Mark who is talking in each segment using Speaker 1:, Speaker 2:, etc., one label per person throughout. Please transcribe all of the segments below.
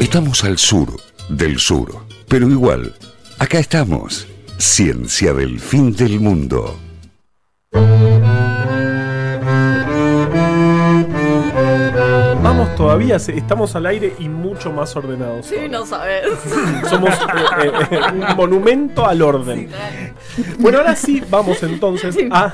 Speaker 1: Estamos al sur del sur, pero igual, acá estamos. Ciencia del fin del mundo.
Speaker 2: Vamos todavía, se- estamos al aire y mucho más ordenados.
Speaker 3: Sí, no sabes.
Speaker 2: Somos eh, eh, un monumento al orden. Bueno, ahora sí, vamos entonces a...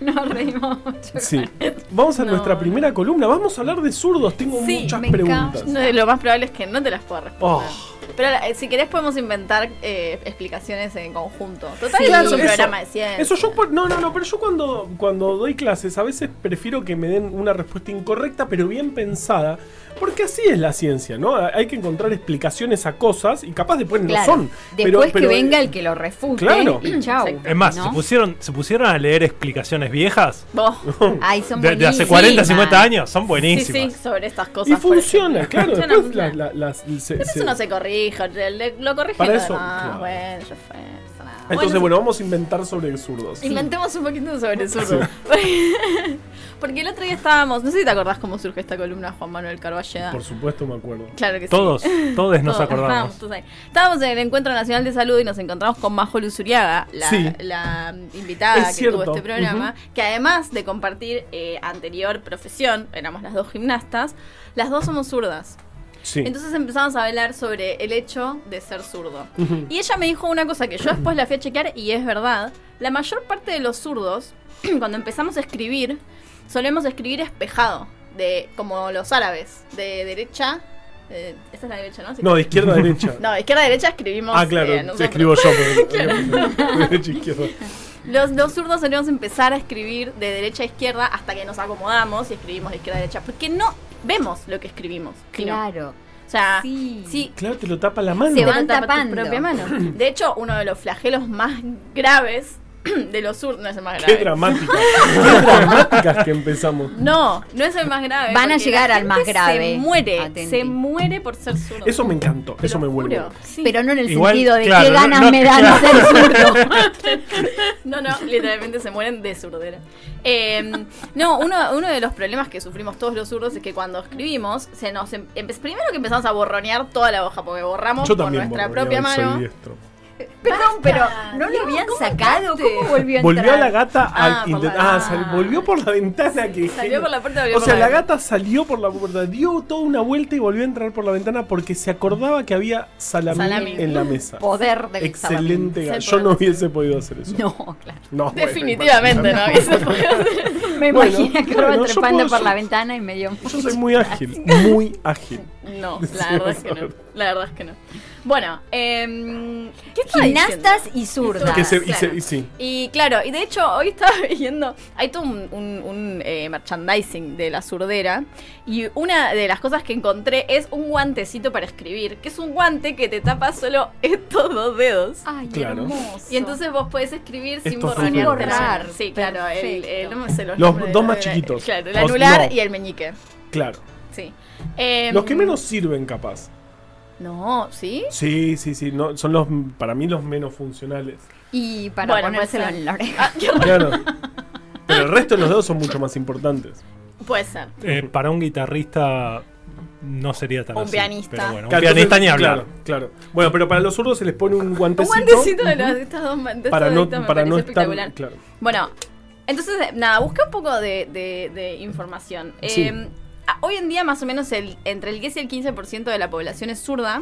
Speaker 4: Nos reímos mucho.
Speaker 2: Sí. Vamos a nuestra primera columna. Vamos a hablar de zurdos. Tengo
Speaker 3: Sí,
Speaker 2: muchas
Speaker 4: me encanta.
Speaker 2: preguntas.
Speaker 3: No, lo más probable es que no te las pueda responder.
Speaker 2: Oh,
Speaker 3: Pero eh, si querés podemos inventar eh, explicaciones en conjunto. Total, esto
Speaker 4: Sí,
Speaker 3: es
Speaker 4: claro,
Speaker 3: un
Speaker 2: eso.
Speaker 3: programa de ciencia.
Speaker 2: eso yo por- no, no, no, pero yo cuando, cuando doy clases a veces prefiero que me den una respuesta incorrecta pero bien pensada, porque así es la ciencia, ¿no? Hay que encontrar explicaciones a cosas y capaz después no
Speaker 4: Claro.
Speaker 2: son. pero,
Speaker 4: Después
Speaker 2: pero,
Speaker 4: que venga
Speaker 2: eh,
Speaker 4: el que lo refute.
Speaker 2: claro.
Speaker 4: Y chau.
Speaker 3: Exacto.
Speaker 5: Es más,
Speaker 4: ¿no?
Speaker 5: se, pusieron, se pusieron a leer explicaciones viejas
Speaker 3: Vos.
Speaker 4: Ay, son
Speaker 5: de, de hace
Speaker 4: buenísimas.
Speaker 5: 40, 50 años. Son
Speaker 3: Sí, sí,
Speaker 5: buenísimas.
Speaker 3: sobre estas cosas.
Speaker 2: Y
Speaker 3: por
Speaker 2: funciona,
Speaker 3: ejemplo.
Speaker 2: claro.
Speaker 3: Funciona,
Speaker 2: Después
Speaker 3: funciona.
Speaker 2: la- la- las- se-
Speaker 3: Pero
Speaker 2: se-
Speaker 3: eso no se corrige, le- lo corrige
Speaker 2: Para
Speaker 3: lo
Speaker 2: eso,
Speaker 3: demás.
Speaker 2: claro.
Speaker 3: Bueno, ya fue. no pasa nada.
Speaker 2: Entonces,
Speaker 3: Bueno,
Speaker 2: bueno, vamos a inventar sobre zurdos.
Speaker 3: Inventemos un poquito sobre zurdo. Porque el otro día estábamos, no sé si te acordás cómo surge esta columna Juan Manuel Carballeda.
Speaker 2: Por supuesto, me acuerdo.
Speaker 3: Claro que sí.
Speaker 5: Todos, todos nos
Speaker 3: Todos,
Speaker 5: acordamos.
Speaker 3: Estábamos, todos ahí. Estábamos en el Encuentro Nacional de Salud y nos encontramos con Majo Luzuriaga, la,
Speaker 2: Sí.
Speaker 3: la invitada
Speaker 2: Es
Speaker 3: que
Speaker 2: cierto.
Speaker 3: tuvo este programa, que además de compartir eh, anterior profesión, éramos las dos gimnastas, las dos somos zurdas.
Speaker 2: Sí.
Speaker 3: Entonces empezamos a hablar sobre el hecho de ser zurdo. Y ella me dijo una cosa que yo después la fui a chequear y es verdad. La mayor parte de los zurdos, cuando empezamos a escribir, solemos escribir espejado, de como los árabes, de derecha. eh, esta es la derecha, ¿no? Sí.
Speaker 2: No, de izquierda a derecha.
Speaker 3: No, izquierda derecha escribimos.
Speaker 2: ah, claro,
Speaker 3: eh, nosotros.
Speaker 2: escribo yo. pero- derecha izquierda.
Speaker 3: Los, los zurdos solemos empezar a escribir de derecha a izquierda hasta que nos acomodamos y escribimos de izquierda a derecha. Porque no vemos lo que escribimos. sino-
Speaker 4: Claro.
Speaker 3: O sea,
Speaker 4: Sí.
Speaker 3: sí,
Speaker 2: Claro, te lo tapa la mano.
Speaker 4: Se
Speaker 3: te
Speaker 4: van
Speaker 3: tapa tu
Speaker 4: tapando.
Speaker 3: propia mano. De hecho, uno de los flagelos más graves de los zurdos. No es el más
Speaker 2: Qué
Speaker 3: grave.
Speaker 2: dramática. Qué dramáticas que empezamos.
Speaker 3: No, no es el más grave.
Speaker 4: Van a
Speaker 3: porque
Speaker 4: llegar
Speaker 3: la
Speaker 4: al más
Speaker 3: gente
Speaker 4: grave.
Speaker 3: Se muere,
Speaker 4: Atenti.
Speaker 3: se muere por ser zurdo.
Speaker 2: Eso me encantó,
Speaker 3: Te
Speaker 2: eso
Speaker 3: lo
Speaker 2: me vuelve.
Speaker 3: juro, sí.
Speaker 4: Pero no en el
Speaker 5: Igual,
Speaker 4: sentido de
Speaker 5: claro,
Speaker 4: qué
Speaker 5: no-
Speaker 4: ganas
Speaker 5: no-
Speaker 4: me dan
Speaker 5: claro.
Speaker 4: ser zurdo.
Speaker 3: No, no, literalmente se mueren de zurdera. Eh, no, uno, uno de los problemas que sufrimos todos los zurdos es que cuando escribimos, se nos em- empe- primero que empezamos a borronear toda la hoja, porque borramos
Speaker 2: Yo
Speaker 3: con
Speaker 2: también
Speaker 3: nuestra
Speaker 2: borroneo,
Speaker 3: propia
Speaker 2: soy
Speaker 3: mano.
Speaker 2: diestro.
Speaker 4: Perdón, pero no lo habían sacado. ¿Cómo volvió a entrar?
Speaker 2: Volvió a la gata a
Speaker 3: Ah, por
Speaker 2: intentar.
Speaker 3: la-
Speaker 2: Ah, sal- volvió por la ventana que.
Speaker 3: Salió por la puerta volvió
Speaker 2: O
Speaker 3: por
Speaker 2: sea, la
Speaker 3: ventana.
Speaker 2: gata salió por la puerta, dio toda una vuelta y volvió a entrar por la ventana porque se acordaba que había salamín,
Speaker 3: Salamín.
Speaker 2: en la mesa.
Speaker 4: Poder del salamín.
Speaker 2: Excelente gata.
Speaker 3: Se
Speaker 2: Yo no
Speaker 3: puede.
Speaker 2: hubiese podido hacer eso.
Speaker 4: No, claro.
Speaker 2: No, bueno,
Speaker 3: Definitivamente, ¿no? Que se fue.
Speaker 4: Me
Speaker 2: Bueno,
Speaker 4: imaginé que
Speaker 2: bueno,
Speaker 4: iba
Speaker 2: yo
Speaker 4: trepando
Speaker 2: puedo-
Speaker 4: por
Speaker 2: yo-
Speaker 4: la ventana y me dio.
Speaker 2: Yo soy muy ágil, muy ágil.
Speaker 3: No, la verdad es que no. La verdad es que no. Bueno, eh, ¿qué estaba diciendo?
Speaker 4: Gimnastas y zurdas.
Speaker 2: Que se, y, se-
Speaker 3: claro.
Speaker 2: y sí.
Speaker 3: Y claro, y de hecho hoy estaba viendo, hay todo un, un- un, eh, merchandising de la zurdera y una de las cosas que encontré es un guantecito para escribir, que es un guante que te tapa solo estos dos dedos.
Speaker 4: Ay,
Speaker 2: Claro.
Speaker 4: hermoso.
Speaker 3: Y entonces vos podés escribir sin
Speaker 2: Estos
Speaker 3: borronear.
Speaker 2: dos dedos.
Speaker 3: sin borrar. Sí, claro, el,
Speaker 4: Perfecto.
Speaker 3: el- no me sé los,
Speaker 2: Los
Speaker 3: nombres
Speaker 2: dos
Speaker 3: de-
Speaker 2: más
Speaker 3: de-
Speaker 2: chiquitos.
Speaker 3: Claro, el
Speaker 2: Os-
Speaker 3: anular
Speaker 2: no.
Speaker 3: y el meñique.
Speaker 2: Claro.
Speaker 3: Sí. Em,
Speaker 2: Los que menos sirven, capaz.
Speaker 3: No, ¿sí?
Speaker 2: Sí, sí, sí. No, son los, para mí los menos funcionales.
Speaker 4: Y para
Speaker 3: Bueno,
Speaker 4: ponérselo
Speaker 3: puede ser.
Speaker 4: en la oreja.
Speaker 3: Ah, qué-
Speaker 2: Claro. Pero el resto de los dedos son mucho más importantes.
Speaker 3: puede ser.
Speaker 5: Eh, para un guitarrista no sería tan
Speaker 3: Un
Speaker 5: así,
Speaker 3: pianista.
Speaker 5: pero bueno, un
Speaker 2: Claro,
Speaker 5: pianista
Speaker 2: entonces-
Speaker 5: ni hablar.
Speaker 2: Claro, claro. Bueno, pero para los zurdos se les pone un
Speaker 3: Un
Speaker 2: guantecito.
Speaker 3: guantecito de, las- de estas dos man- de
Speaker 2: para
Speaker 3: estos
Speaker 2: no,
Speaker 3: deditos me
Speaker 2: para no
Speaker 3: pareció
Speaker 2: estar.
Speaker 3: espectacular.
Speaker 2: Claro.
Speaker 3: Bueno, entonces, eh, nada, busca un poco de, de- de información.
Speaker 2: Sí.
Speaker 3: Eh, a- hoy en día, más o menos, el, entre el 10 y el 15% de la población es zurda.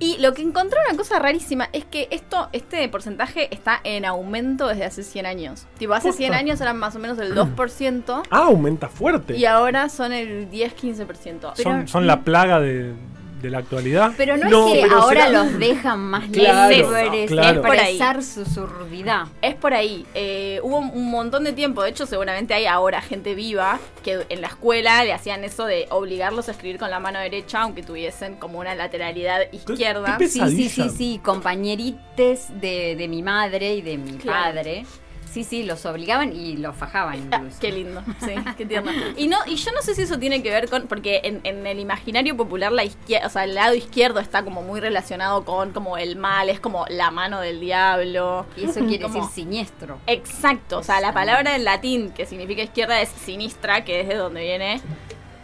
Speaker 3: Y lo que encontré una cosa rarísima es que esto, este porcentaje está en aumento desde hace 100 años. Tipo, hace
Speaker 2: Posta.
Speaker 3: 100 años eran más o menos el 2%
Speaker 2: Ah, aumenta fuerte.
Speaker 3: y ahora son el 10-15%.
Speaker 5: Son, son la plaga de, de la actualidad.
Speaker 4: Pero no,
Speaker 2: No,
Speaker 4: es que
Speaker 2: pero
Speaker 4: ahora
Speaker 2: será-
Speaker 4: los dejan más
Speaker 2: Claro,
Speaker 4: libres
Speaker 2: claro.
Speaker 4: de expresar su zurdidad.
Speaker 3: Es por ahí. Eh, hubo un montón de tiempo. De hecho, seguramente hay ahora gente viva que en la escuela le hacían eso de obligarlos a escribir con la mano derecha, aunque tuviesen como una lateralidad izquierda.
Speaker 2: qué pes-
Speaker 4: Sí, sí,
Speaker 2: Pesadilla.
Speaker 4: sí, sí, compañerites de, de mi madre y de mi
Speaker 3: Claro.
Speaker 4: padre. Sí, sí, los obligaban y los fajaban
Speaker 3: Ah,
Speaker 4: incluso.
Speaker 3: qué lindo, sí, qué tierno. Y no, y yo no sé si eso tiene que ver con, porque en, en el imaginario popular la izquierda, o sea, el lado izquierdo está como muy relacionado con como el mal, es como la mano del diablo.
Speaker 4: y eso quiere
Speaker 3: Como-
Speaker 4: decir siniestro.
Speaker 3: Exacto, o sea, la palabra en latín que significa izquierda es sinistra, que es de donde viene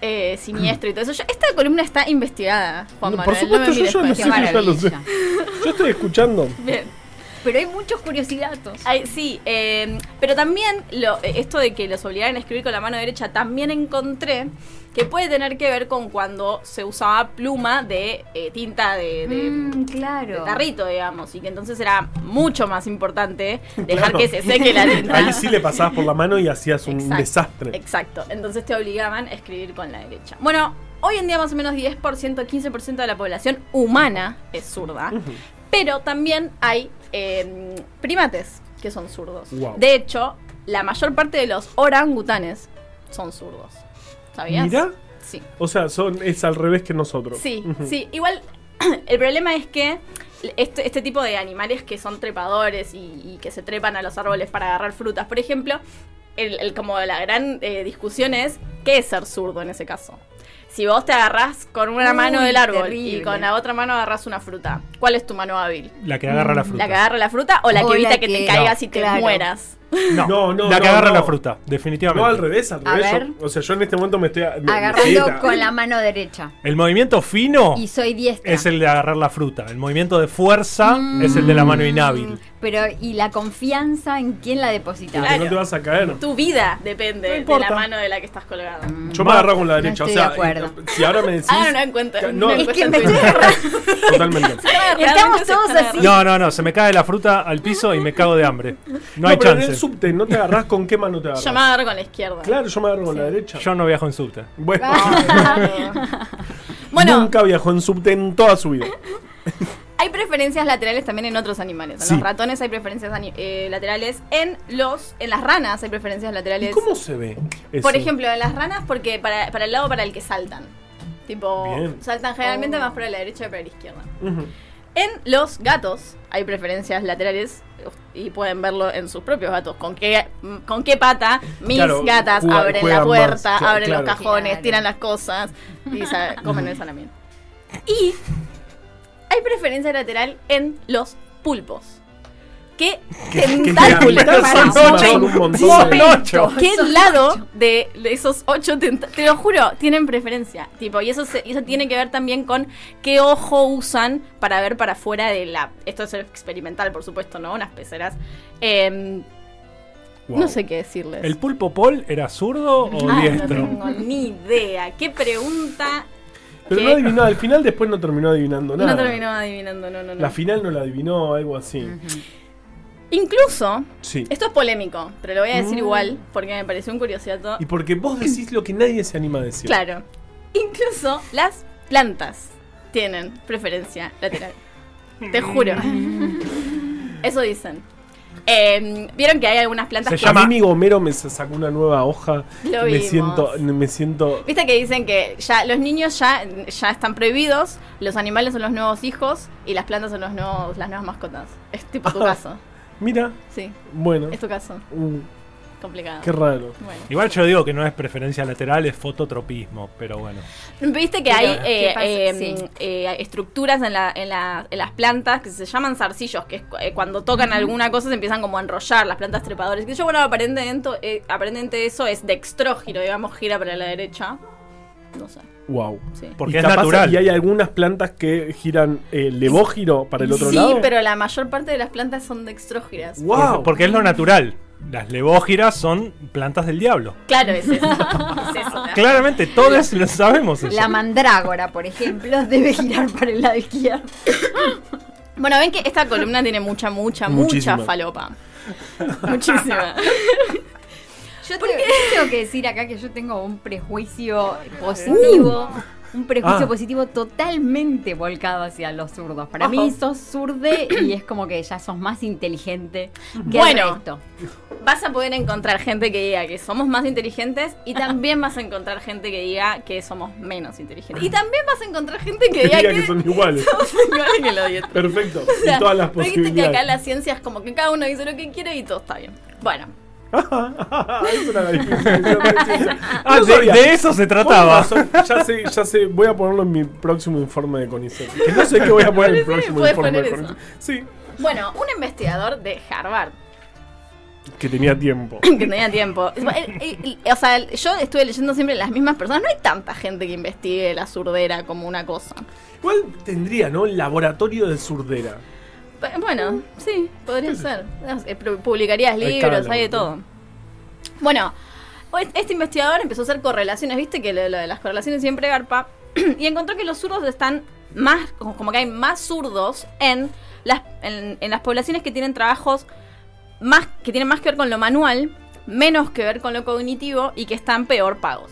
Speaker 3: eh, siniestro y todo eso. Yo- esta columna está investigada, Juan
Speaker 2: No, por
Speaker 3: Manuel.
Speaker 2: supuesto, yo
Speaker 3: no me mires
Speaker 2: ya lo
Speaker 3: para
Speaker 2: sé,
Speaker 4: Qué
Speaker 2: yo
Speaker 3: allá.
Speaker 2: ya lo sé.
Speaker 4: maravilla.
Speaker 2: Yo estoy escuchando.
Speaker 3: Bien.
Speaker 4: Pero hay muchos curiosidades.
Speaker 3: Ay, sí, eh, pero también lo- eh, esto de que los obligaran a escribir con la mano derecha, también encontré que puede tener que ver con cuando se usaba pluma de eh, tinta de, de-
Speaker 4: Mm,
Speaker 3: de
Speaker 4: claro.
Speaker 3: tarrito, digamos, y que entonces era mucho más importante dejar
Speaker 2: Claro.
Speaker 3: que se seque la tinta.
Speaker 2: Ahí sí le pasabas por la mano y hacías un
Speaker 3: Exacto.
Speaker 2: desastre.
Speaker 3: Exacto, entonces te obligaban a escribir con la derecha. Bueno, hoy en día más o menos 10%, 15% de la población humana es zurda, pero también hay eh, primates que son zurdos.
Speaker 2: Wow.
Speaker 3: De hecho, la mayor parte de los orangutanes son zurdos. ¿Sabías?
Speaker 2: Mira,
Speaker 3: Sí.
Speaker 2: o sea, son, es al revés que nosotros.
Speaker 3: Sí,
Speaker 2: Ujú.
Speaker 3: sí. Igual el problema es que este, este tipo de animales que son trepadores y, y que se trepan a los árboles para agarrar frutas, por ejemplo, el, el- como la gran eh, discusión es qué es ser zurdo en ese caso. Si vos te agarrás con una
Speaker 4: Uy,
Speaker 3: mano del árbol y
Speaker 4: terrible.
Speaker 3: con la otra mano agarras una fruta, ¿cuál es tu mano hábil?
Speaker 5: La que agarra la fruta.
Speaker 3: Mm, ¿La que agarra la fruta o la que
Speaker 4: O la
Speaker 3: evita que, te
Speaker 4: que-
Speaker 3: caigas y te
Speaker 4: Claro.
Speaker 3: mueras?
Speaker 5: No,
Speaker 2: No, no,
Speaker 5: la que
Speaker 2: no,
Speaker 5: agarra
Speaker 2: no.
Speaker 5: la fruta, definitivamente.
Speaker 2: No, al revés, al
Speaker 4: A
Speaker 2: revés.
Speaker 4: ver.
Speaker 2: O sea, yo en este momento me estoy. me- me estoy-
Speaker 4: Agarrando con la mano derecha.
Speaker 5: El movimiento fino
Speaker 4: Y soy diestra. Mm.
Speaker 5: es el de agarrar la fruta. El movimiento de fuerza
Speaker 2: Mm.
Speaker 5: es el de la mano inhábil.
Speaker 4: Pero, ¿y la confianza en quién la
Speaker 2: Porque
Speaker 4: depositaba?
Speaker 2: no te
Speaker 3: Claro.
Speaker 2: vas a caer.
Speaker 3: Tu vida depende de la
Speaker 5: importa.
Speaker 3: mano de la que estás colgado.
Speaker 4: Mm.
Speaker 2: Yo me agarro con la
Speaker 4: No
Speaker 2: derecha.
Speaker 4: estoy
Speaker 2: o sea,
Speaker 4: de acuerdo.
Speaker 2: si ahora me decís.
Speaker 3: Ah, no, no encuentro.
Speaker 2: No,
Speaker 4: Es que me
Speaker 2: Totalmente.
Speaker 4: Estamos todos así.
Speaker 5: No, no, no, se me cae la fruta al piso y me cago de hambre. No hay
Speaker 2: pero en el
Speaker 5: chance.
Speaker 2: subte no te agarrás con qué mano te agarras.
Speaker 3: Yo me agarro con la izquierda.
Speaker 2: Claro, yo me agarro con la derecha.
Speaker 5: Yo no viajo en subte.
Speaker 2: Bueno,
Speaker 3: Ah, bueno,
Speaker 2: nunca viajó en subte en toda su vida.
Speaker 3: hay preferencias laterales también en otros animales. En
Speaker 2: Sí.
Speaker 3: los ratones hay preferencias ani- eh, laterales. En los, en las ranas hay preferencias
Speaker 2: ¿Y
Speaker 3: laterales.
Speaker 2: cómo se ve? eso?
Speaker 3: Por ejemplo, en las ranas porque para, para el lado para el que saltan. Tipo,
Speaker 2: Bien.
Speaker 3: saltan generalmente
Speaker 4: Oh.
Speaker 3: más para la derecha que para la izquierda.
Speaker 2: Ujú.
Speaker 3: En los gatos hay preferencias laterales uf, y pueden verlo en sus propios gatos. ¿Con qué, mm, con qué pata mis
Speaker 2: Claro,
Speaker 3: gatas
Speaker 2: juega-
Speaker 3: abren
Speaker 2: juegan más,
Speaker 3: la puerta,
Speaker 2: cla-
Speaker 3: abren los
Speaker 2: claro.
Speaker 3: cajones,
Speaker 4: Claro.
Speaker 3: tiran las cosas y sa- comen el salamín? Y hay preferencia lateral en los pulpos. ¿Qué tentáculos?
Speaker 2: gigantes son,
Speaker 3: Para- momento,
Speaker 2: son un montón de-
Speaker 3: momento.
Speaker 5: ocho.
Speaker 3: ¿Qué
Speaker 4: Son
Speaker 3: lado de de esos ocho tentáculos? Te lo juro, tienen preferencia. Tipo, y eso, se- y eso tiene que ver también con qué ojo usan para ver para afuera de la. Esto es experimental, por supuesto, ¿no? Unas peceras. Em,
Speaker 2: Wow.
Speaker 3: No sé qué decirles.
Speaker 5: ¿El pulpo Paul era zurdo
Speaker 2: Ah,
Speaker 5: o
Speaker 3: Ay, no
Speaker 5: diestro?
Speaker 3: tengo ni idea. ¿Qué pregunta?
Speaker 2: Pero
Speaker 3: que
Speaker 2: no adivinó, al final después no terminó adivinando
Speaker 3: no
Speaker 2: nada.
Speaker 3: terminó adivinando, no, no, no.
Speaker 2: La final no la adivinó, algo así.
Speaker 3: Incluso,
Speaker 2: Sí.
Speaker 3: esto es polémico, pero lo voy a decir
Speaker 2: Mm.
Speaker 3: igual porque me pareció un curiosidad.
Speaker 2: Y porque vos decís lo que nadie se anima a decir.
Speaker 3: Claro. Incluso las plantas tienen preferencia lateral. Te juro. Eso dicen. Eh, Vieron que hay algunas plantas
Speaker 5: Se
Speaker 3: que.
Speaker 2: A
Speaker 5: llama-
Speaker 2: mí mi gomero me sacó una nueva hoja. me
Speaker 3: Lo vimos.
Speaker 2: siento, me siento.
Speaker 3: Viste que dicen que ya los niños ya, ya están prohibidos, los animales son los nuevos hijos y las plantas son los nuevos, las nuevas mascotas. Es tipo tu
Speaker 2: Ajá.
Speaker 3: caso.
Speaker 2: Mira,
Speaker 3: Sí,
Speaker 2: bueno.
Speaker 3: es tu caso.
Speaker 2: Uh,
Speaker 3: Complicado.
Speaker 2: qué raro.
Speaker 3: Bueno.
Speaker 5: Igual yo digo que no es preferencia lateral, es fototropismo, pero bueno.
Speaker 3: Viste que
Speaker 4: Pero,
Speaker 3: hay
Speaker 4: ¿qué
Speaker 3: eh,
Speaker 4: pasa?
Speaker 3: eh,
Speaker 4: Sí.
Speaker 3: eh, estructuras en, la- en la- en las plantas que se llaman zarcillos, que es cu- eh, cuando tocan alguna cosa se empiezan como a enrollar las plantas trepadoras. Que yo, bueno, aparentemente, eh, aparentemente eso es dextrógiro, digamos, gira para la derecha. No sé,
Speaker 2: Wow.
Speaker 3: sí.
Speaker 2: Y
Speaker 5: Porque es
Speaker 2: capaz-
Speaker 5: natural.
Speaker 2: Y hay algunas plantas que giran eh, el levógiro para el otro
Speaker 3: sí,
Speaker 2: lado.
Speaker 3: pero la mayor parte de las plantas son dextrógiras.
Speaker 5: Porque-
Speaker 2: Wow.
Speaker 5: Porque es lo natural. Las levógiras son plantas del diablo.
Speaker 3: Claro, es eso. es eso.
Speaker 5: Claramente, todos lo sabemos eso.
Speaker 4: La mandrágora, por ejemplo, debe girar para el lado izquierdo.
Speaker 3: Bueno, ven que esta columna tiene mucha, mucha,
Speaker 2: Muchísima.
Speaker 3: mucha falopa. Muchísima.
Speaker 4: Yo te- yo tengo que decir acá que yo tengo un prejuicio
Speaker 3: Uh.
Speaker 4: positivo. Un prejuicio
Speaker 2: Ah.
Speaker 4: positivo totalmente volcado hacia los zurdos. Para mí sos zurde y es como que ya sos más inteligente que
Speaker 3: Bueno.
Speaker 4: el resto.
Speaker 3: Vas a poder encontrar gente que diga que somos más inteligentes y también vas a encontrar gente que diga que somos menos inteligentes. Y también vas a encontrar gente que
Speaker 2: que
Speaker 3: diga
Speaker 2: diga
Speaker 3: que,
Speaker 2: que son iguales.
Speaker 3: somos iguales que los diestros.
Speaker 2: Perfecto.
Speaker 3: O sea,
Speaker 2: y todas las
Speaker 3: pero viste que acá
Speaker 2: posibilidades.
Speaker 3: la ciencia es como que cada uno dice lo que quiere y todo está bien. Bueno,
Speaker 2: Eso era la definición de la ciencia.
Speaker 5: Ah,
Speaker 2: No
Speaker 5: de,
Speaker 2: sabía.
Speaker 5: de eso se
Speaker 2: Vos
Speaker 5: trataba.
Speaker 2: tenés razón. Ya sé, ya sé. Voy a ponerlo en mi próximo informe de CONICET. Que no sé qué voy a poner en el
Speaker 3: Pero sí,
Speaker 2: próximo
Speaker 3: podés
Speaker 2: informe de
Speaker 3: poner eso.
Speaker 2: CONICET. Sí.
Speaker 3: bueno, un investigador de Harvard
Speaker 2: Que tenía tiempo.
Speaker 3: que tenía tiempo. Eh, eh, eh, O sea, yo estuve leyendo siempre las mismas personas. No hay tanta gente que investigue la surdera como una cosa.
Speaker 2: Igual tendría, ¿no? El laboratorio de surdera.
Speaker 3: Pe- Bueno, sí, podría ser. Eh, pu- Publicarías
Speaker 2: cada
Speaker 3: libros,
Speaker 2: loco.
Speaker 3: hay de todo. Bueno, pues, este investigador empezó a hacer correlaciones, viste que lo, lo de las correlaciones siempre garpa, y encontró que los zurdos están más, como como que hay más zurdos en las, en, en las poblaciones que tienen trabajos más que tienen más que ver con lo manual, menos que ver con lo cognitivo y que están peor pagos.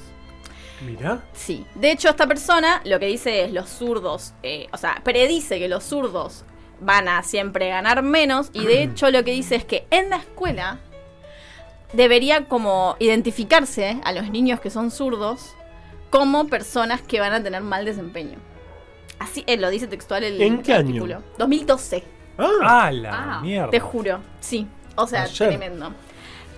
Speaker 2: Mirá.
Speaker 3: Sí. De hecho, esta persona lo que dice es los zurdos, eh, o sea, predice que los zurdos van a siempre ganar menos y de hecho lo que dice es que en la escuela debería como identificarse a los niños que son zurdos como personas que van a tener mal desempeño. Así él lo dice textual el
Speaker 2: ¿En qué año?
Speaker 3: artículo. 2012.
Speaker 2: Ah,
Speaker 5: ¡Ah, la
Speaker 4: Ah,
Speaker 5: mierda!
Speaker 3: Te juro, sí. O sea,
Speaker 2: Ayer.
Speaker 3: tremendo.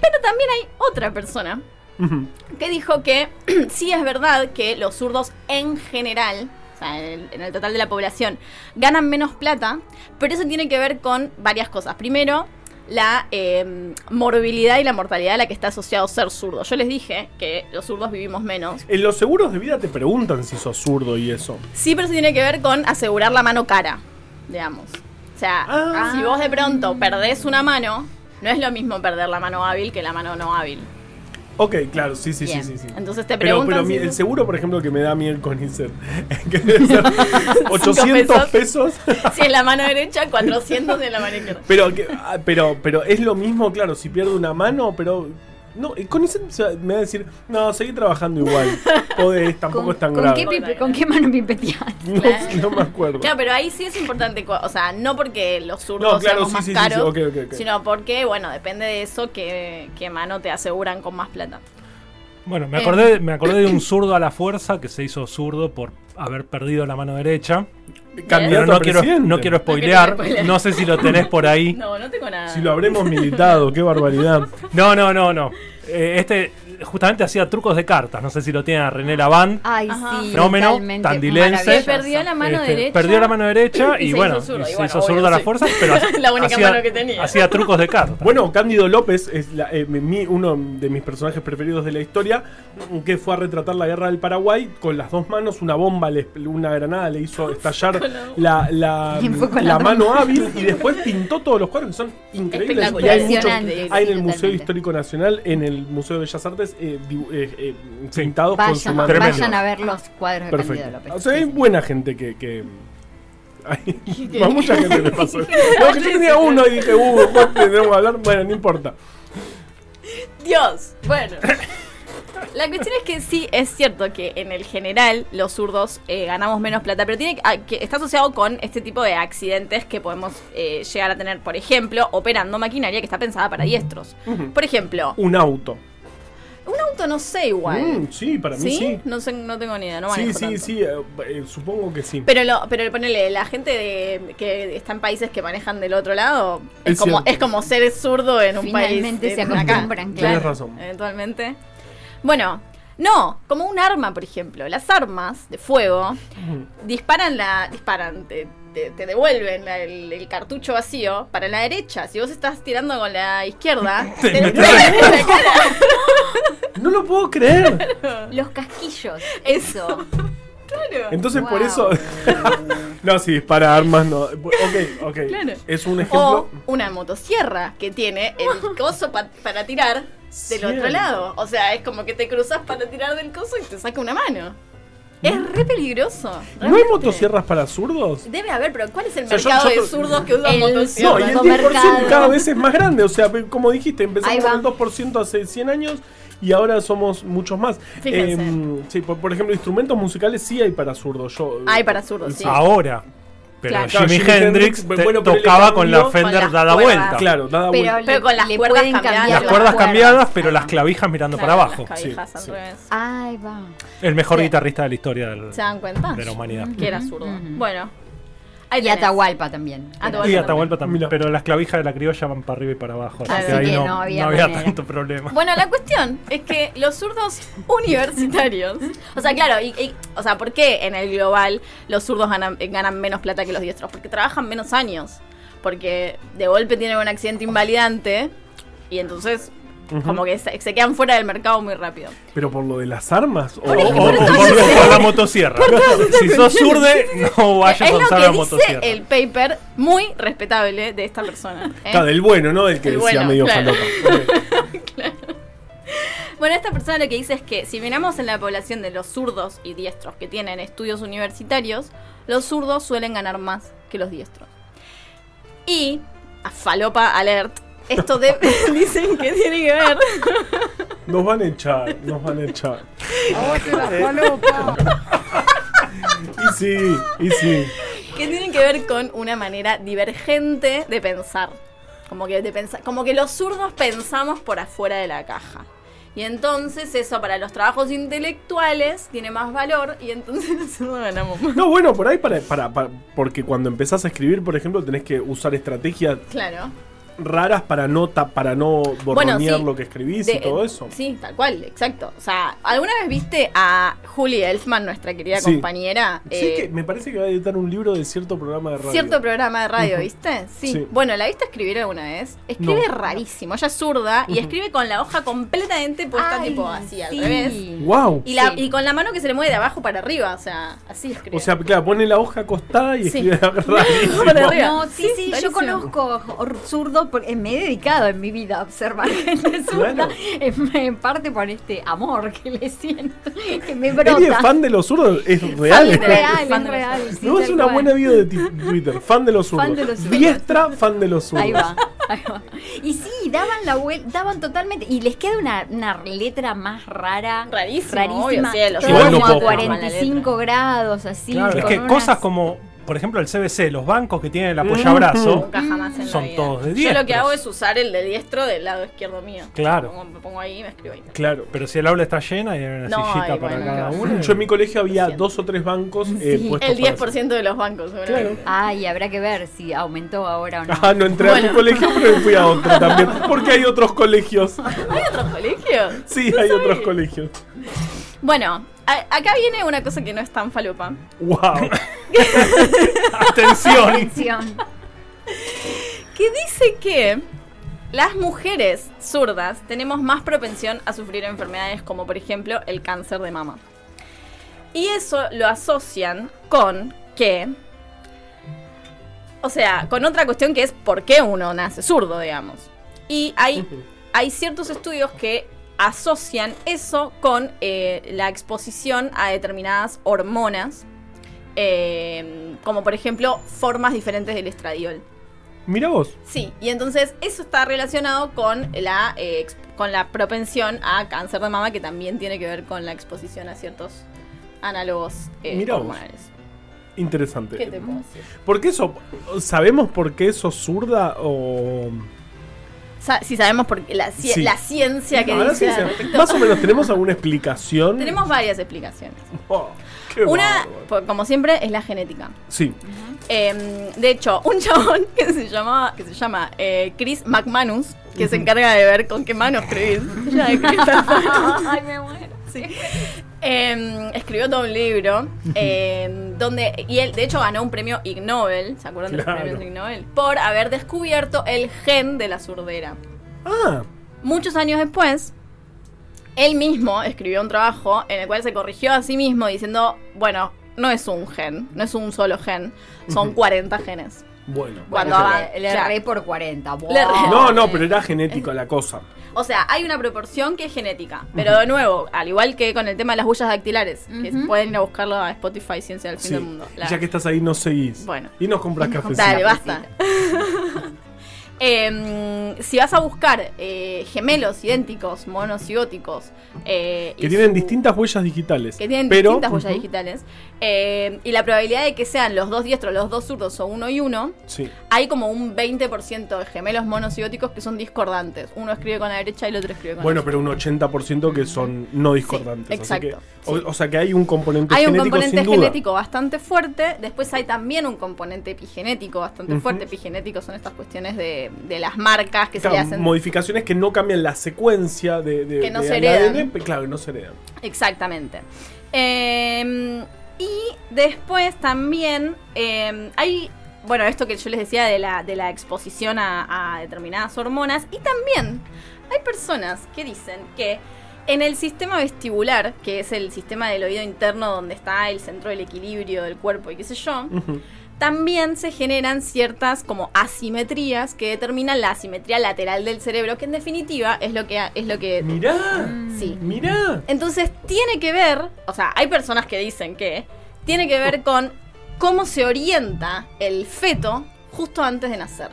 Speaker 3: Pero también hay otra persona
Speaker 2: ujú.
Speaker 3: que dijo que sí es verdad que los zurdos en general, o sea, en el, en el total de la población, ganan menos plata, pero eso tiene que ver con varias cosas. Primero, la eh, morbilidad y la mortalidad a la que está asociado ser zurdo. Yo les dije que los zurdos vivimos menos.
Speaker 2: En los seguros de vida te preguntan si sos zurdo y eso.
Speaker 3: Sí, pero eso tiene que ver con asegurar la mano cara, digamos. O sea,
Speaker 2: Ah.
Speaker 3: si vos de pronto perdés una mano, no es lo mismo perder la mano hábil que la mano no hábil.
Speaker 2: Ok, claro, sí, sí, sí,
Speaker 4: Bien.
Speaker 2: sí, sí.
Speaker 3: Entonces te
Speaker 2: Pero,
Speaker 3: preguntan
Speaker 2: pero mi-
Speaker 3: si
Speaker 2: el
Speaker 3: sos-
Speaker 2: seguro, por ejemplo, que me da a mí el Conicet, que debe ser 800
Speaker 3: Cinco
Speaker 2: pesos.
Speaker 3: Si es la mano derecha, 400 de la mano izquierda.
Speaker 2: Pero, que- ah, pero, pero es lo mismo, claro, si pierdo una mano, pero... No, el Conicet o sea, me va a decir, no, seguí trabajando igual. Podés, tampoco es tan grave.
Speaker 4: qué pipe- con qué mano pipeteas?
Speaker 2: No,
Speaker 3: Claro.
Speaker 2: no me acuerdo.
Speaker 3: Claro, pero ahí sí es importante, co- o sea, no porque los zurdos
Speaker 2: No, claro,
Speaker 3: seamos
Speaker 2: sí,
Speaker 3: más
Speaker 2: sí, sí, sí,
Speaker 3: caros,
Speaker 2: ok, ok, ok.
Speaker 3: sino porque, bueno, depende de eso que, que mano te aseguran con más plata.
Speaker 5: Bueno, me acordé, me acordé de un zurdo a la fuerza que se hizo zurdo por haber perdido la mano derecha. Pero
Speaker 2: Candidato a
Speaker 5: no quiero,
Speaker 2: presidente.
Speaker 5: no quiero
Speaker 3: No
Speaker 5: spoilear.
Speaker 3: quiero spoilear.
Speaker 5: No sé si lo tenés por ahí.
Speaker 3: No, no tengo nada.
Speaker 2: Si lo habremos militado, qué barbaridad.
Speaker 5: No, no, no, no. Eh, este justamente hacía trucos de cartas. No sé si lo tiene a René Laván.
Speaker 4: Ay,
Speaker 3: Ajá.
Speaker 4: sí.
Speaker 5: Fenómeno,
Speaker 4: totalmente,
Speaker 5: tandilense.
Speaker 4: maravilloso.
Speaker 3: Perdió la Ah, mano
Speaker 5: Este,
Speaker 3: derecha.
Speaker 5: Perdió la mano derecha
Speaker 3: y
Speaker 5: y,
Speaker 3: se
Speaker 5: bueno,
Speaker 3: hizo zurdo.
Speaker 5: y
Speaker 3: Y
Speaker 5: se
Speaker 3: bueno,
Speaker 5: hizo
Speaker 3: obvio,
Speaker 5: zurdo a la
Speaker 3: sí.
Speaker 5: fuerza, pero ha-
Speaker 3: La única
Speaker 5: hacía,
Speaker 3: mano que tenía.
Speaker 5: hacía trucos de cartas.
Speaker 2: Bueno, Cándido López es la- eh, mi- uno de mis personajes preferidos de la historia, que fue a retratar la guerra del Paraguay con las dos manos, una bomba, le- una granada le hizo estallar la, la-
Speaker 4: Y fue con
Speaker 2: la
Speaker 4: la
Speaker 2: mano hábil y después pintó todos los cuadros que son increíbles. Y hay muchos
Speaker 4: Espectacular.
Speaker 3: mucho-
Speaker 2: hay en el
Speaker 4: Sí,
Speaker 2: Museo
Speaker 4: totalmente.
Speaker 2: Histórico Nacional, en el Museo de Bellas Artes, eh, dibu- eh, eh, pintados con su
Speaker 4: Vayan,
Speaker 2: mano.
Speaker 5: Tremendo.
Speaker 4: vayan a ver los cuadros de Candido
Speaker 2: Perfecto.
Speaker 4: López.
Speaker 2: O sea, hay
Speaker 4: Sí, sí.
Speaker 2: buena gente que. que... Hay a mucha gente le pasó. No, que yo tenía uno y dije, uh, Juan, tenemos que hablar. Bueno, no importa.
Speaker 3: Dios, bueno. La cuestión es que sí, es cierto que en el general los zurdos eh, ganamos menos plata, pero tiene que- ah, que está asociado con este tipo de accidentes que podemos eh, llegar a tener, por ejemplo, operando maquinaria que está pensada para diestros.
Speaker 2: Ujú.
Speaker 3: Por ejemplo,
Speaker 2: Un auto.
Speaker 3: un auto no sé igual.
Speaker 2: Mm, sí, para mí
Speaker 3: ¿Sí?
Speaker 2: sí.
Speaker 3: No, sé- no tengo ni idea, no
Speaker 2: sí,
Speaker 3: manejo
Speaker 2: sí,
Speaker 3: tanto.
Speaker 2: sí, eh, eh, supongo que sí.
Speaker 3: Pero, lo, pero ponele, la gente de, que está en países que manejan del otro lado es,
Speaker 2: Es
Speaker 3: como,
Speaker 2: cierto.
Speaker 3: es como ser zurdo en un
Speaker 4: Finalmente
Speaker 3: país.
Speaker 4: se
Speaker 3: eh, acá.
Speaker 4: acostumbran, claro.
Speaker 2: Tienes razón.
Speaker 3: Eventualmente. Bueno, no, como un arma, por ejemplo. Las armas de fuego
Speaker 2: Ujú.
Speaker 3: disparan la. disparan, te, te- te devuelven la- el, el cartucho vacío para la derecha. Si vos estás tirando con la izquierda, te lo pegan en la cara.
Speaker 2: No lo puedo creer.
Speaker 4: Los casquillos, eso.
Speaker 2: Entonces, por
Speaker 4: Wow.
Speaker 2: eso. no, sí, dispara armas, no. Ok, ok.
Speaker 3: Claro. Oh.
Speaker 2: Es un ejemplo.
Speaker 3: O una motosierra que tiene el coso pa- para tirar del
Speaker 2: Cierto.
Speaker 3: otro lado. O sea, es como que te cruzas para tirar del coso y te saca una mano.
Speaker 2: Mm.
Speaker 3: Es re peligroso.
Speaker 2: ¿No hay
Speaker 3: realmente.
Speaker 2: motosierras para zurdos?
Speaker 3: Debe haber, pero ¿cuál es el
Speaker 2: O sea, yo-
Speaker 3: mercado
Speaker 2: yo-
Speaker 3: de zurdos que usan
Speaker 4: El-
Speaker 2: No, y
Speaker 3: motosierras?
Speaker 2: el
Speaker 4: Mercado.
Speaker 2: 10% cada vez es más grande. O sea, pe- como dijiste,
Speaker 4: Ahí
Speaker 2: empezamos
Speaker 4: va.
Speaker 2: con el 2% hace 100 años y ahora somos muchos más.
Speaker 3: Fíjense.
Speaker 2: Em, sí, por, por ejemplo, instrumentos musicales sí hay para zurdos. Yo,
Speaker 3: Hay para zurdos, sí.
Speaker 5: Ahora. Pero
Speaker 3: Claro.
Speaker 5: Jimi
Speaker 2: Claro, Jimi
Speaker 5: Hendrix
Speaker 2: Hendrix,
Speaker 5: te-
Speaker 2: bueno, pero le
Speaker 5: tocaba con la
Speaker 2: cambió con
Speaker 5: Fender
Speaker 3: las
Speaker 5: dada
Speaker 3: cuerdas.
Speaker 5: vuelta.
Speaker 2: Claro, nada
Speaker 4: Pero,
Speaker 2: vuelta.
Speaker 3: Pero con las
Speaker 4: le
Speaker 3: cuerdas
Speaker 4: pueden
Speaker 3: cambiadas.
Speaker 4: cambiar
Speaker 5: Las
Speaker 3: Claro,
Speaker 5: cuerdas
Speaker 4: cuerdas.
Speaker 5: cambiadas, pero las clavijas mirando
Speaker 3: Claro,
Speaker 5: para abajo.
Speaker 3: las clavijas al
Speaker 2: Sí, sí.
Speaker 3: revés.
Speaker 4: Ahí va.
Speaker 5: El mejor
Speaker 3: Sí.
Speaker 5: guitarrista de la historia del-
Speaker 3: ¿Se dan cuenta?
Speaker 5: de la humanidad.
Speaker 3: Que era zurdo.
Speaker 4: Ujú.
Speaker 3: Bueno. Ahí
Speaker 4: Y
Speaker 3: tenés. Ah,
Speaker 4: Atahualpa también.
Speaker 3: Atahualpa.
Speaker 5: Y Atahualpa también.
Speaker 2: Mirá.
Speaker 5: Pero las clavijas de la criolla van para arriba y para abajo. Así
Speaker 3: Así
Speaker 5: que ahí
Speaker 4: que
Speaker 5: no,
Speaker 4: no había
Speaker 5: no había
Speaker 4: manera.
Speaker 5: tanto problema.
Speaker 3: Bueno, la cuestión es que los zurdos universitarios. O sea, claro, y, y- o sea, ¿por qué en el global los zurdos ganan, eh, ganan menos plata que los diestros? Porque trabajan menos años. Porque de golpe tienen un accidente invalidante Y entonces,
Speaker 2: Ujú.
Speaker 3: como que se, se quedan fuera del mercado muy rápido.
Speaker 2: ¿Pero por lo de las armas? ¿O,
Speaker 5: O, o-
Speaker 2: o-
Speaker 5: o por, por la motosierra. Si sos zurde, no vayas
Speaker 3: es
Speaker 5: a
Speaker 3: lo
Speaker 5: usar la
Speaker 3: que dice
Speaker 5: motosierra.
Speaker 3: el paper muy respetable de esta persona. ¿eh?
Speaker 2: Está del bueno, ¿no? Del que
Speaker 3: El
Speaker 2: decía
Speaker 3: bueno,
Speaker 2: medio
Speaker 3: claro.
Speaker 2: falopa. Ok.
Speaker 3: Bueno, esta persona lo que dice es que si miramos en la población de los zurdos y diestros que tienen estudios universitarios, los zurdos suelen ganar más que los diestros. Y, a falopa alert, esto de- dicen que tiene que ver
Speaker 2: Nos van a echar, nos van a echar. Y sí, y sí.
Speaker 3: que tienen que ver con una manera divergente de pensar. Como que, de pensa- como que los zurdos pensamos por afuera de la caja. Y entonces eso para los trabajos intelectuales tiene más valor y entonces nosotros ganamos más.
Speaker 2: No, bueno, por ahí para, para, para- porque cuando empezás a escribir, por ejemplo, tenés que usar estrategias
Speaker 3: Claro.
Speaker 2: raras para no ta- para no borronear
Speaker 3: sí.
Speaker 2: lo que escribís
Speaker 3: De-
Speaker 2: y todo eso.
Speaker 3: Sí, tal cual, exacto. O sea, ¿alguna vez viste a Julie Elfman, nuestra querida
Speaker 2: Sí.
Speaker 3: compañera?
Speaker 2: Sí,
Speaker 3: Eh,
Speaker 2: que me parece que va a editar un libro de cierto programa de radio.
Speaker 3: Cierto programa de radio, ¿viste? Sí.
Speaker 2: Sí.
Speaker 3: Bueno, ¿la viste escribir alguna vez? Escribe
Speaker 2: No.
Speaker 3: rarísimo. Ella es zurda y escribe con la hoja completamente puesta
Speaker 4: Ay,
Speaker 3: pues tipo así, al
Speaker 4: sí.
Speaker 3: revés.
Speaker 2: ¡Wow!
Speaker 3: Y, la,
Speaker 4: Sí.
Speaker 3: y con la mano que se le mueve de abajo para arriba, o sea, así escribe.
Speaker 2: O sea, claro, pone la hoja acostada y
Speaker 3: Sí.
Speaker 2: escribe rarísimo.
Speaker 3: Para arriba.
Speaker 4: No, sí,
Speaker 3: Sí,
Speaker 4: sí,
Speaker 3: buenísimo.
Speaker 4: yo conozco hor- zurdos porque me he dedicado en mi vida a observar gente zurda,
Speaker 2: Claro.
Speaker 4: en, en parte por este amor que le siento, que me
Speaker 2: Eli es
Speaker 4: brota.
Speaker 2: fan de los zurdos, es real.
Speaker 3: de-
Speaker 4: Es real,
Speaker 3: Fan
Speaker 4: es
Speaker 3: de
Speaker 4: real. sí,
Speaker 2: No, es
Speaker 4: tal
Speaker 2: una
Speaker 4: cual.
Speaker 2: buena bio de ti- Twitter. Fan de los zurdos.
Speaker 4: Fan de los zurdos.
Speaker 2: Diestra, fan de los zurdos.
Speaker 4: Ahí va, ahí va. Y sí, daban la vuelta, daban totalmente. Y les queda una, una letra más rara.
Speaker 3: Rarísimo, obvio,
Speaker 4: rarísima.
Speaker 3: cielo.
Speaker 4: todo
Speaker 5: Igual no
Speaker 4: como
Speaker 5: puedo
Speaker 4: a
Speaker 5: probar la
Speaker 4: 45 grados, así.
Speaker 5: Claro, es
Speaker 4: con
Speaker 5: que
Speaker 4: unas-
Speaker 5: cosas como, por ejemplo, el CBC, los bancos que tienen el apoyabrazo.
Speaker 3: Nunca jamás en la
Speaker 5: Son
Speaker 3: vida.
Speaker 5: todos de
Speaker 3: Yo lo que
Speaker 5: diestros.
Speaker 3: hago es usar el de diestro del lado izquierdo mío.
Speaker 5: Claro.
Speaker 3: Como me pongo ahí y me escribo ahí.
Speaker 2: Claro.
Speaker 5: Pero si el aula está llena y hay una
Speaker 3: No,
Speaker 5: sillita
Speaker 3: ay,
Speaker 5: para
Speaker 3: bueno,
Speaker 5: cada
Speaker 3: qué
Speaker 5: uno.
Speaker 2: Yo en mi colegio había
Speaker 3: Siento.
Speaker 2: dos o tres bancos eh,
Speaker 4: Sí.
Speaker 2: puestos
Speaker 3: El
Speaker 2: para
Speaker 3: 10% de los bancos, seguramente.
Speaker 2: Claro.
Speaker 4: Ay, habrá que ver si aumentó ahora o no.
Speaker 2: Ah, no entré a
Speaker 3: Bueno.
Speaker 2: tu colegio, pero me fui a otro también. Porque hay otros colegios.
Speaker 3: ¿Hay otros colegios?
Speaker 2: Sí, hay otros colegios.
Speaker 3: Bueno, a- acá viene una cosa que no es tan falopa.
Speaker 2: ¡Wow!
Speaker 5: ¡Atención!
Speaker 4: Atención.
Speaker 3: Que dice que las mujeres zurdas tenemos más propensión a sufrir enfermedades como por ejemplo el cáncer de mama. Y eso lo asocian con que... O sea, con otra cuestión que es por qué uno nace zurdo, digamos. Y hay, hay ciertos estudios que asocian eso con eh, la exposición a determinadas hormonas, eh, como por ejemplo formas diferentes del estradiol.
Speaker 2: Mira vos.
Speaker 3: Sí, y entonces eso está relacionado con la, eh, ex- con la propensión a cáncer de mama, que también tiene que ver con la exposición a ciertos análogos eh,
Speaker 2: Mirá vos. mm.
Speaker 3: hormonales.
Speaker 2: Interesante.
Speaker 3: ¿Qué te puedo decir?
Speaker 2: ¿Por qué eso? ¿Sabemos por qué eso zurda o.?
Speaker 3: Sa- si sabemos por qué- la, ci-
Speaker 2: Sí.
Speaker 3: la ciencia que
Speaker 2: Ah, la
Speaker 3: dice al
Speaker 2: ciencia.
Speaker 3: respecto.
Speaker 2: Más o menos, ¿tenemos alguna explicación?
Speaker 3: Tenemos varias explicaciones.
Speaker 2: Oh, qué
Speaker 3: Una,
Speaker 2: bárbaro.
Speaker 3: po- como siempre, es la genética.
Speaker 2: Sí.
Speaker 3: Eh, de hecho, un chabón que se llama, que se llama eh, Chris McManus, que se encarga de ver con qué mano escribís. Ya de Chris McManus.
Speaker 4: Ay, me muero.
Speaker 3: Sí. Eh, escribió todo un libro eh, donde y él de hecho ganó un premio Ig Nobel, ¿se acuerdan de
Speaker 2: Claro.
Speaker 3: los premios Ig Nobel? Por haber descubierto el gen de la surdera.
Speaker 2: Ah,
Speaker 3: Muchos años después, él mismo escribió un trabajo en el cual se corrigió a sí mismo diciendo, bueno, no es un gen, no es un solo gen, son 40 genes.
Speaker 2: bueno.
Speaker 3: Cuando
Speaker 4: Bueno,
Speaker 3: haga-
Speaker 4: le, le
Speaker 3: ya.
Speaker 4: erré por 40.
Speaker 3: Le erré.
Speaker 4: wow.
Speaker 2: No, no, pero era
Speaker 3: eh,
Speaker 2: genético la cosa.
Speaker 3: O sea, hay una proporción que es genética. Pero de nuevo, al igual que con el tema de las huellas dactilares, que
Speaker 4: Ujú.
Speaker 3: pueden ir a buscarlo a Spotify Ciencia del Fin
Speaker 2: Sí.
Speaker 3: del Mundo. La-
Speaker 2: Ya que estás ahí, no seguís.
Speaker 3: Bueno.
Speaker 2: Y nos compras
Speaker 4: Y nos
Speaker 2: cafecito.
Speaker 4: compras-
Speaker 3: Dale,
Speaker 4: Sí.
Speaker 3: basta. Em, si vas a buscar eh, gemelos idénticos, monocigóticos, eh, y
Speaker 2: Que tienen
Speaker 3: su-
Speaker 2: distintas huellas digitales.
Speaker 3: que tienen
Speaker 2: pero,
Speaker 3: distintas huellas
Speaker 2: Ujú.
Speaker 3: digitales, eh, y la probabilidad de que sean los dos diestros, los dos zurdos o uno y uno,
Speaker 2: Sí.
Speaker 3: hay como un 20% de gemelos monocigóticos que son discordantes. Uno escribe con la derecha y el otro escribe con
Speaker 2: Bueno,
Speaker 3: la
Speaker 2: pero un 80% que son no discordantes.
Speaker 3: Sí,
Speaker 2: así que-
Speaker 3: exacto,
Speaker 2: o-
Speaker 3: sí.
Speaker 2: o, sea que hay un componente
Speaker 3: Hay un
Speaker 2: genético
Speaker 3: componente
Speaker 2: sin duda.
Speaker 3: genético bastante fuerte, después hay también un componente epigenético bastante
Speaker 2: Ujú.
Speaker 3: fuerte. Epigenético son estas cuestiones de, de las marcas que
Speaker 2: Claro,
Speaker 3: se le hacen.
Speaker 2: modificaciones que no cambian la secuencia de, de-
Speaker 3: Que no
Speaker 2: de
Speaker 3: se
Speaker 2: al
Speaker 3: heredan.
Speaker 2: ADN, pe- claro, que no se heredan.
Speaker 3: Exactamente. Em, Eh, y después también eh, hay bueno, esto que yo les decía de la, de la exposición a, a determinadas hormonas. Y también hay personas que dicen que en el sistema vestibular, que es el sistema del oído interno donde está el centro del equilibrio del cuerpo y qué sé yo,
Speaker 2: Ujú.
Speaker 3: también se generan ciertas como asimetrías que determinan la asimetría lateral del cerebro, que en definitiva es lo que es lo que
Speaker 2: Mirá,
Speaker 3: sí.
Speaker 2: mirá.
Speaker 3: Entonces tiene que ver, o sea, hay personas que dicen que tiene que ver con cómo se orienta el feto justo antes de nacer.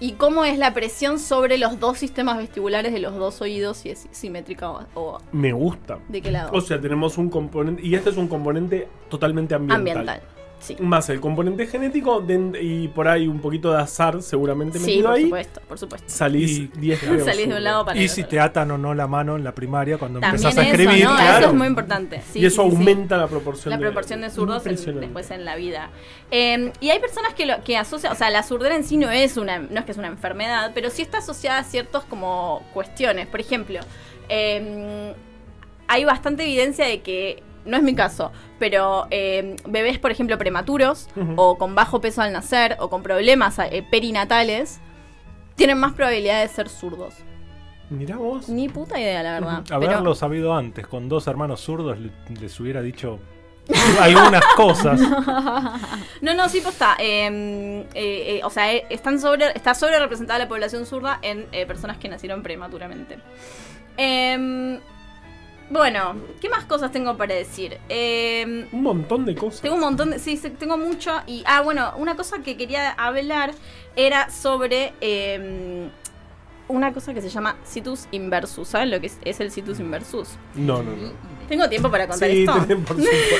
Speaker 3: Y cómo es la presión sobre los dos sistemas vestibulares de los dos oídos, si es simétrica o, o
Speaker 2: Me gusta.
Speaker 3: de qué lado.
Speaker 2: O sea, tenemos un componente, y este es un componente totalmente ambiental.
Speaker 3: ambiental. Sí.
Speaker 2: Más el componente genético de- y por ahí un poquito de azar seguramente
Speaker 3: Sí,
Speaker 2: metido
Speaker 3: por
Speaker 2: ahí.
Speaker 3: supuesto, por supuesto.
Speaker 2: Salís
Speaker 5: Y-
Speaker 2: 10
Speaker 3: Salís de un lado para el
Speaker 5: Y
Speaker 3: otro.
Speaker 5: si te atan o no la mano en la primaria cuando
Speaker 3: También
Speaker 5: empezás a escribir,
Speaker 3: eso, ¿no?
Speaker 5: claro.
Speaker 3: Eso es muy importante. Sí,
Speaker 2: y eso
Speaker 3: sí, sí, sí.
Speaker 2: aumenta la proporción
Speaker 3: La
Speaker 2: de-
Speaker 3: proporción de zurdos en-
Speaker 2: Impresionante.
Speaker 3: después en la vida. Eh, y hay personas que, lo, que asocian, o sea, la surdera en sí no es, una, no es que es una enfermedad, pero sí está asociada a ciertos como cuestiones. Por ejemplo, eh, hay bastante evidencia de que, no es mi caso, pero eh, bebés, por ejemplo, prematuros
Speaker 2: Ujú.
Speaker 3: o con bajo peso al nacer o con problemas eh, perinatales, tienen más probabilidad de ser zurdos.
Speaker 2: Mirá vos.
Speaker 3: Ni puta idea, la verdad. pero-
Speaker 5: Haberlo sabido antes, con dos hermanos zurdos, le- les hubiera dicho algunas cosas.
Speaker 3: No, no, sí, posta. eh, eh, eh, o sea, eh, están sobre, está sobre representada la población zurda en eh, personas que nacieron prematuramente. Em, bueno, ¿qué más cosas tengo para decir? Em,
Speaker 2: Un montón de cosas.
Speaker 3: tengo un montón de. Sí, sí, tengo mucho. Y. Ah, bueno, una cosa que quería hablar era sobre. em, una cosa que se llama situs inversus. ¿Saben lo que es, es el situs inversus?
Speaker 2: No, no, no.
Speaker 3: Tengo tiempo para contar
Speaker 2: Sí,
Speaker 3: esto.
Speaker 2: tenés, por supuesto.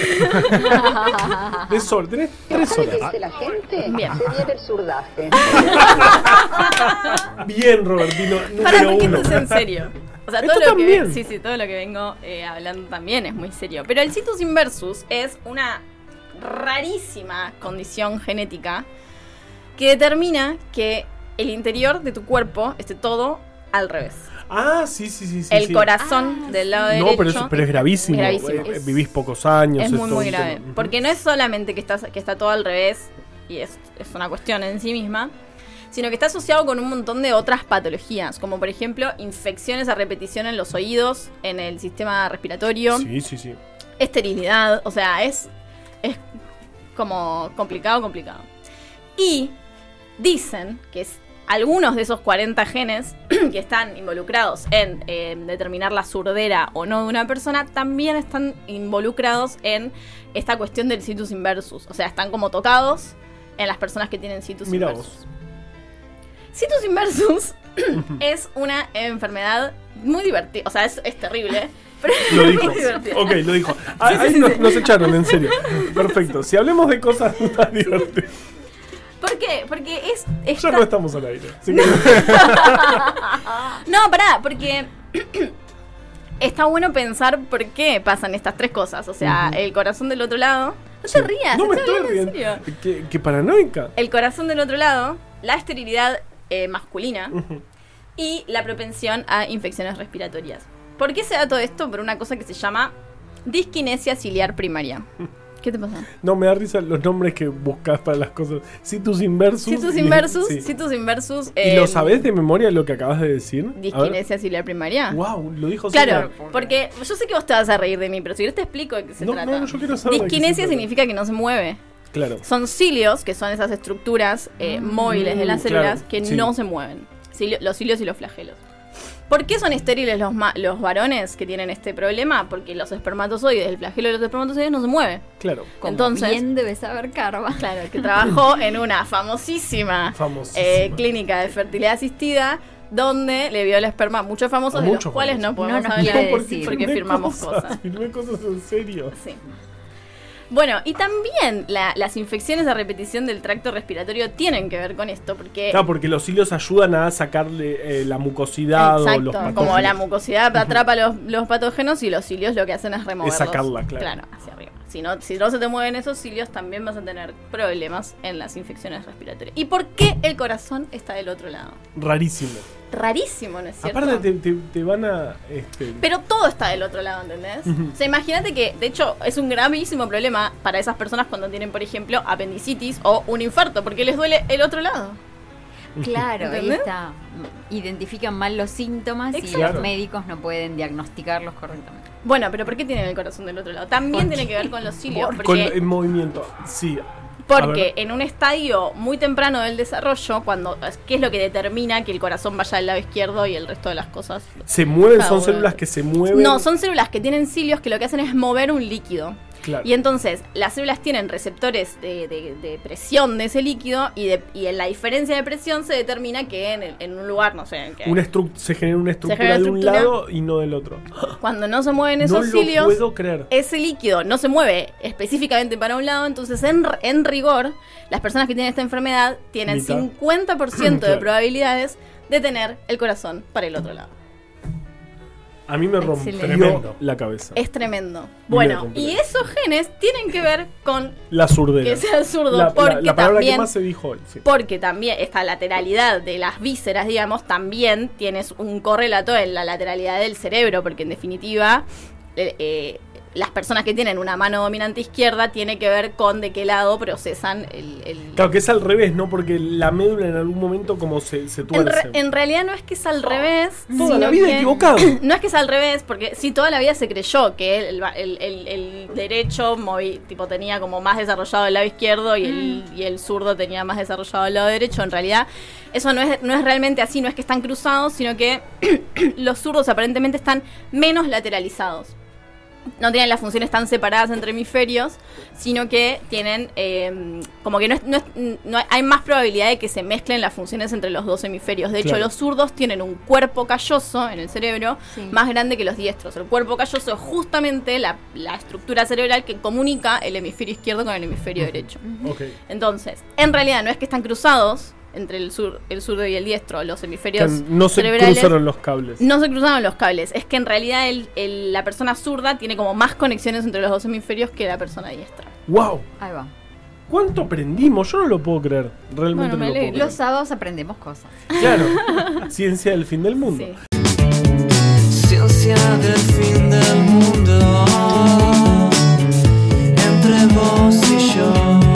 Speaker 2: de sol, tenés tres
Speaker 6: ¿Sabe qué
Speaker 2: horas.
Speaker 6: dice la gente?
Speaker 3: Bien.
Speaker 6: Que viene el surdaje.
Speaker 2: Ah, Bien, Robertino,
Speaker 3: Para
Speaker 2: número
Speaker 3: porque
Speaker 2: uno.
Speaker 3: esto es en serio. O sea,
Speaker 2: Esto
Speaker 3: todo lo, que,
Speaker 2: también.
Speaker 3: sí, sí, todo lo que vengo eh, hablando también es muy serio. Pero el situs inversus es una rarísima condición genética que determina que el interior de tu cuerpo esté todo al revés.
Speaker 2: Ah, sí, sí, sí. sí,
Speaker 3: el
Speaker 2: sí.
Speaker 3: corazón
Speaker 4: Ah,
Speaker 3: del lado
Speaker 2: No,
Speaker 3: derecho.
Speaker 2: pero, es, pero es gravísimo.
Speaker 3: Gravísimo.
Speaker 2: Eh, eh, Vivís pocos años.
Speaker 3: es muy,
Speaker 2: todo
Speaker 3: muy
Speaker 2: un
Speaker 3: grave.
Speaker 2: tema. Ujú.
Speaker 3: Porque no es solamente que, estás, que está todo al revés y es, es una cuestión en sí misma, sino que está asociado con un montón de otras patologías, como por ejemplo infecciones a repetición en los oídos, en el sistema respiratorio,
Speaker 2: Sí, sí, sí.
Speaker 3: esterilidad, o sea, es, es como complicado, complicado. Y dicen que es- algunos de esos 40 genes que están involucrados en eh, determinar la surdera o no de una persona, también están involucrados en esta cuestión del situs inversus. O sea, están como tocados en las personas que tienen situs
Speaker 2: Mirá
Speaker 3: inversus. Situs inversus es una enfermedad muy divertida. O sea, es, es terrible. Pero es
Speaker 2: Lo
Speaker 3: muy
Speaker 2: dijo.
Speaker 3: divertida.
Speaker 2: Ok, lo dijo. Ah, Ahí nos, nos echaron, en serio. Perfecto. Si hablemos de cosas tan divertidas,
Speaker 3: ¿Por qué? Porque es.
Speaker 2: ya
Speaker 3: esta-
Speaker 2: no estamos al aire. Así que-
Speaker 3: No, pará, porque está bueno pensar por qué pasan estas tres cosas. O sea, el corazón del otro lado. No te rías,
Speaker 2: no me
Speaker 3: estoy
Speaker 2: estoy
Speaker 3: hablando en
Speaker 2: riendo.
Speaker 3: serio.
Speaker 2: Qué, qué paranoica.
Speaker 3: El corazón del otro lado, la esterilidad eh, masculina
Speaker 2: Ujú.
Speaker 3: y la propensión a infecciones respiratorias. ¿Por qué se da todo esto? Por una cosa que se llama disquinesia ciliar primaria. ¿Qué te pasa?
Speaker 2: No, me da risa los nombres que buscas para las cosas. Situs inversus.
Speaker 3: Situs
Speaker 2: y-
Speaker 3: inversus,
Speaker 2: sí.
Speaker 3: situs inversus.
Speaker 2: ¿Y lo
Speaker 3: eh,
Speaker 2: sabés de memoria lo que acabas de decir? A ver.
Speaker 3: Disquinesia ciliar primaria.
Speaker 2: Wow, lo dijo
Speaker 3: Claro,
Speaker 2: Sandra.
Speaker 3: porque yo sé que vos te vas a reír de mí, pero si querés te explico de qué se
Speaker 2: No,
Speaker 3: trata.
Speaker 2: no, yo quiero saber de qué se
Speaker 3: Disquinesia
Speaker 2: trata.
Speaker 3: significa que no se mueve.
Speaker 2: Claro.
Speaker 3: Son cilios, que son esas estructuras eh, móviles de
Speaker 2: Mm,
Speaker 3: las células
Speaker 2: claro,
Speaker 3: que
Speaker 2: sí.
Speaker 3: no se mueven. Cilio- los cilios y los flagelos. ¿Por qué son estériles los, ma- los varones que tienen este problema? Porque los espermatozoides, el flagelo de los espermatozoides no se mueve.
Speaker 2: Claro.
Speaker 4: Como
Speaker 3: Entonces-
Speaker 4: bien debe saber Carva.
Speaker 3: Claro, que trabajó en una famosísima
Speaker 2: Famosísima.
Speaker 3: eh, clínica de fertilidad asistida donde le vio el esperma a muchos famosos,
Speaker 2: A
Speaker 3: de
Speaker 2: muchos
Speaker 3: los cuales
Speaker 2: famosos.
Speaker 3: no podemos
Speaker 4: No nos
Speaker 3: hablar
Speaker 4: quiere
Speaker 3: porque,
Speaker 4: decir.
Speaker 3: porque
Speaker 2: Firmé
Speaker 3: firmamos cosas.
Speaker 2: Firmé cosas en serio.
Speaker 3: Sí. Bueno, y también la- las infecciones a repetición del tracto respiratorio tienen que ver con esto, porque
Speaker 2: Claro, porque los hilos ayudan a sacarle eh, la mucosidad o los
Speaker 3: Exacto, como
Speaker 2: patógenos.
Speaker 3: la mucosidad atrapa los, los patógenos y los cilios lo que hacen es removerlos.
Speaker 2: sacarla, claro.
Speaker 3: Claro, hacia arriba. Si no, si no se te mueven esos cilios, también vas a tener problemas en las infecciones respiratorias. ¿Y por qué el corazón está del otro lado?
Speaker 2: Rarísimo.
Speaker 3: Rarísimo, ¿no es cierto?
Speaker 2: Aparte te, te- te van a. este,
Speaker 3: Pero todo está del otro lado, ¿entendés?
Speaker 2: Ujú.
Speaker 3: O sea, imagínate que, de hecho, es un gravísimo problema para esas personas cuando tienen, por ejemplo, apendicitis o un infarto, porque les duele el otro lado.
Speaker 4: Claro, ahí
Speaker 3: ¿Entendés?
Speaker 4: está. Identifican mal los síntomas y
Speaker 2: Exacto.
Speaker 4: los médicos no pueden diagnosticarlos correctamente.
Speaker 3: Bueno, pero ¿por qué tienen el corazón del otro lado? También tiene que ver con los cilios.
Speaker 2: por-
Speaker 3: Porque,
Speaker 2: con el movimiento. Sí. A
Speaker 3: porque
Speaker 2: ver.
Speaker 3: en un estadio muy temprano del desarrollo, cuando ¿qué es lo que determina que el corazón vaya al lado izquierdo y el resto de las cosas?
Speaker 2: Se mueven,
Speaker 3: Ah,
Speaker 2: son
Speaker 3: bueno.
Speaker 2: células que se mueven.
Speaker 3: No, son células que tienen cilios que lo que hacen es mover un líquido.
Speaker 2: Claro.
Speaker 3: Y entonces, las células tienen receptores de, de- de presión de ese líquido y, de- y en la diferencia de presión se determina que en, el- en un lugar, no sé, en que-
Speaker 2: Una estru- se genera una estructura
Speaker 3: genera
Speaker 2: de un
Speaker 3: estructura.
Speaker 2: lado y no del otro.
Speaker 3: cuando no se mueven
Speaker 2: no
Speaker 3: esos
Speaker 2: lo
Speaker 3: cilios,
Speaker 2: puedo creer.
Speaker 3: ese líquido no se mueve específicamente para un lado, entonces en, r- en rigor, las personas que tienen esta enfermedad tienen
Speaker 2: Mitad.
Speaker 3: 50% de
Speaker 2: Claro.
Speaker 3: probabilidades de tener el corazón para el otro lado.
Speaker 2: A mí me rompió
Speaker 5: Excelente.
Speaker 2: la cabeza.
Speaker 3: Es tremendo.
Speaker 2: Me
Speaker 3: Bueno,
Speaker 2: compré.
Speaker 3: y esos genes tienen que ver con
Speaker 2: La surdera.
Speaker 3: que sea zurdo,
Speaker 2: La, la-
Speaker 3: porque
Speaker 2: la palabra
Speaker 3: también...
Speaker 2: que más se dijo hoy. sí.
Speaker 3: Porque también esta lateralidad de las vísceras, digamos, también tienes un correlato en la lateralidad del cerebro, porque en definitiva, eh, eh, las personas que tienen una mano dominante izquierda tiene que ver con de qué lado procesan el... el-
Speaker 2: Claro, que es al revés, ¿no? Porque la médula en algún momento como se, se
Speaker 3: En, re-
Speaker 2: tuerce.
Speaker 3: en realidad no es que es al revés.
Speaker 2: Toda la
Speaker 3: sino
Speaker 2: vida
Speaker 3: que-
Speaker 2: equivocado.
Speaker 3: No es que es al revés, porque sí, toda la vida se creyó que el, el- el- el derecho movi- tipo, tenía como más desarrollado el lado izquierdo y el, y el zurdo tenía más desarrollado el lado derecho. En realidad, eso no es, no es realmente así, no es que están cruzados, sino que los zurdos aparentemente están menos lateralizados. No tienen las funciones tan separadas entre hemisferios, sino que tienen eh, como que no, es- no es- no hay- hay más probabilidad de que se mezclen las funciones entre los dos hemisferios. De hecho,
Speaker 2: Claro.
Speaker 3: los zurdos tienen un cuerpo calloso en el cerebro
Speaker 4: Sí.
Speaker 3: más grande que los diestros. El cuerpo calloso es justamente la, la estructura cerebral que comunica el hemisferio izquierdo con el hemisferio derecho.
Speaker 2: Ok.
Speaker 3: Entonces, en realidad no es que están cruzados entre el, sur, el zurdo y el diestro, los
Speaker 2: Que
Speaker 3: hemisferios
Speaker 2: no se
Speaker 3: cerebrales.
Speaker 2: cruzaron los cables.
Speaker 3: No se cruzaron los cables. Es que en realidad el- el- la persona zurda tiene como más conexiones entre los dos hemisferios que la persona diestra.
Speaker 2: ¡Wow!
Speaker 4: Ahí va.
Speaker 2: ¿Cuánto aprendimos? Yo no lo puedo creer. Realmente no lo
Speaker 3: Bueno, me
Speaker 2: puedo
Speaker 3: alegro.
Speaker 2: creer.
Speaker 4: Los sábados aprendemos cosas.
Speaker 2: Claro. Ciencia del fin del mundo.
Speaker 3: Sí.
Speaker 7: Ciencia del fin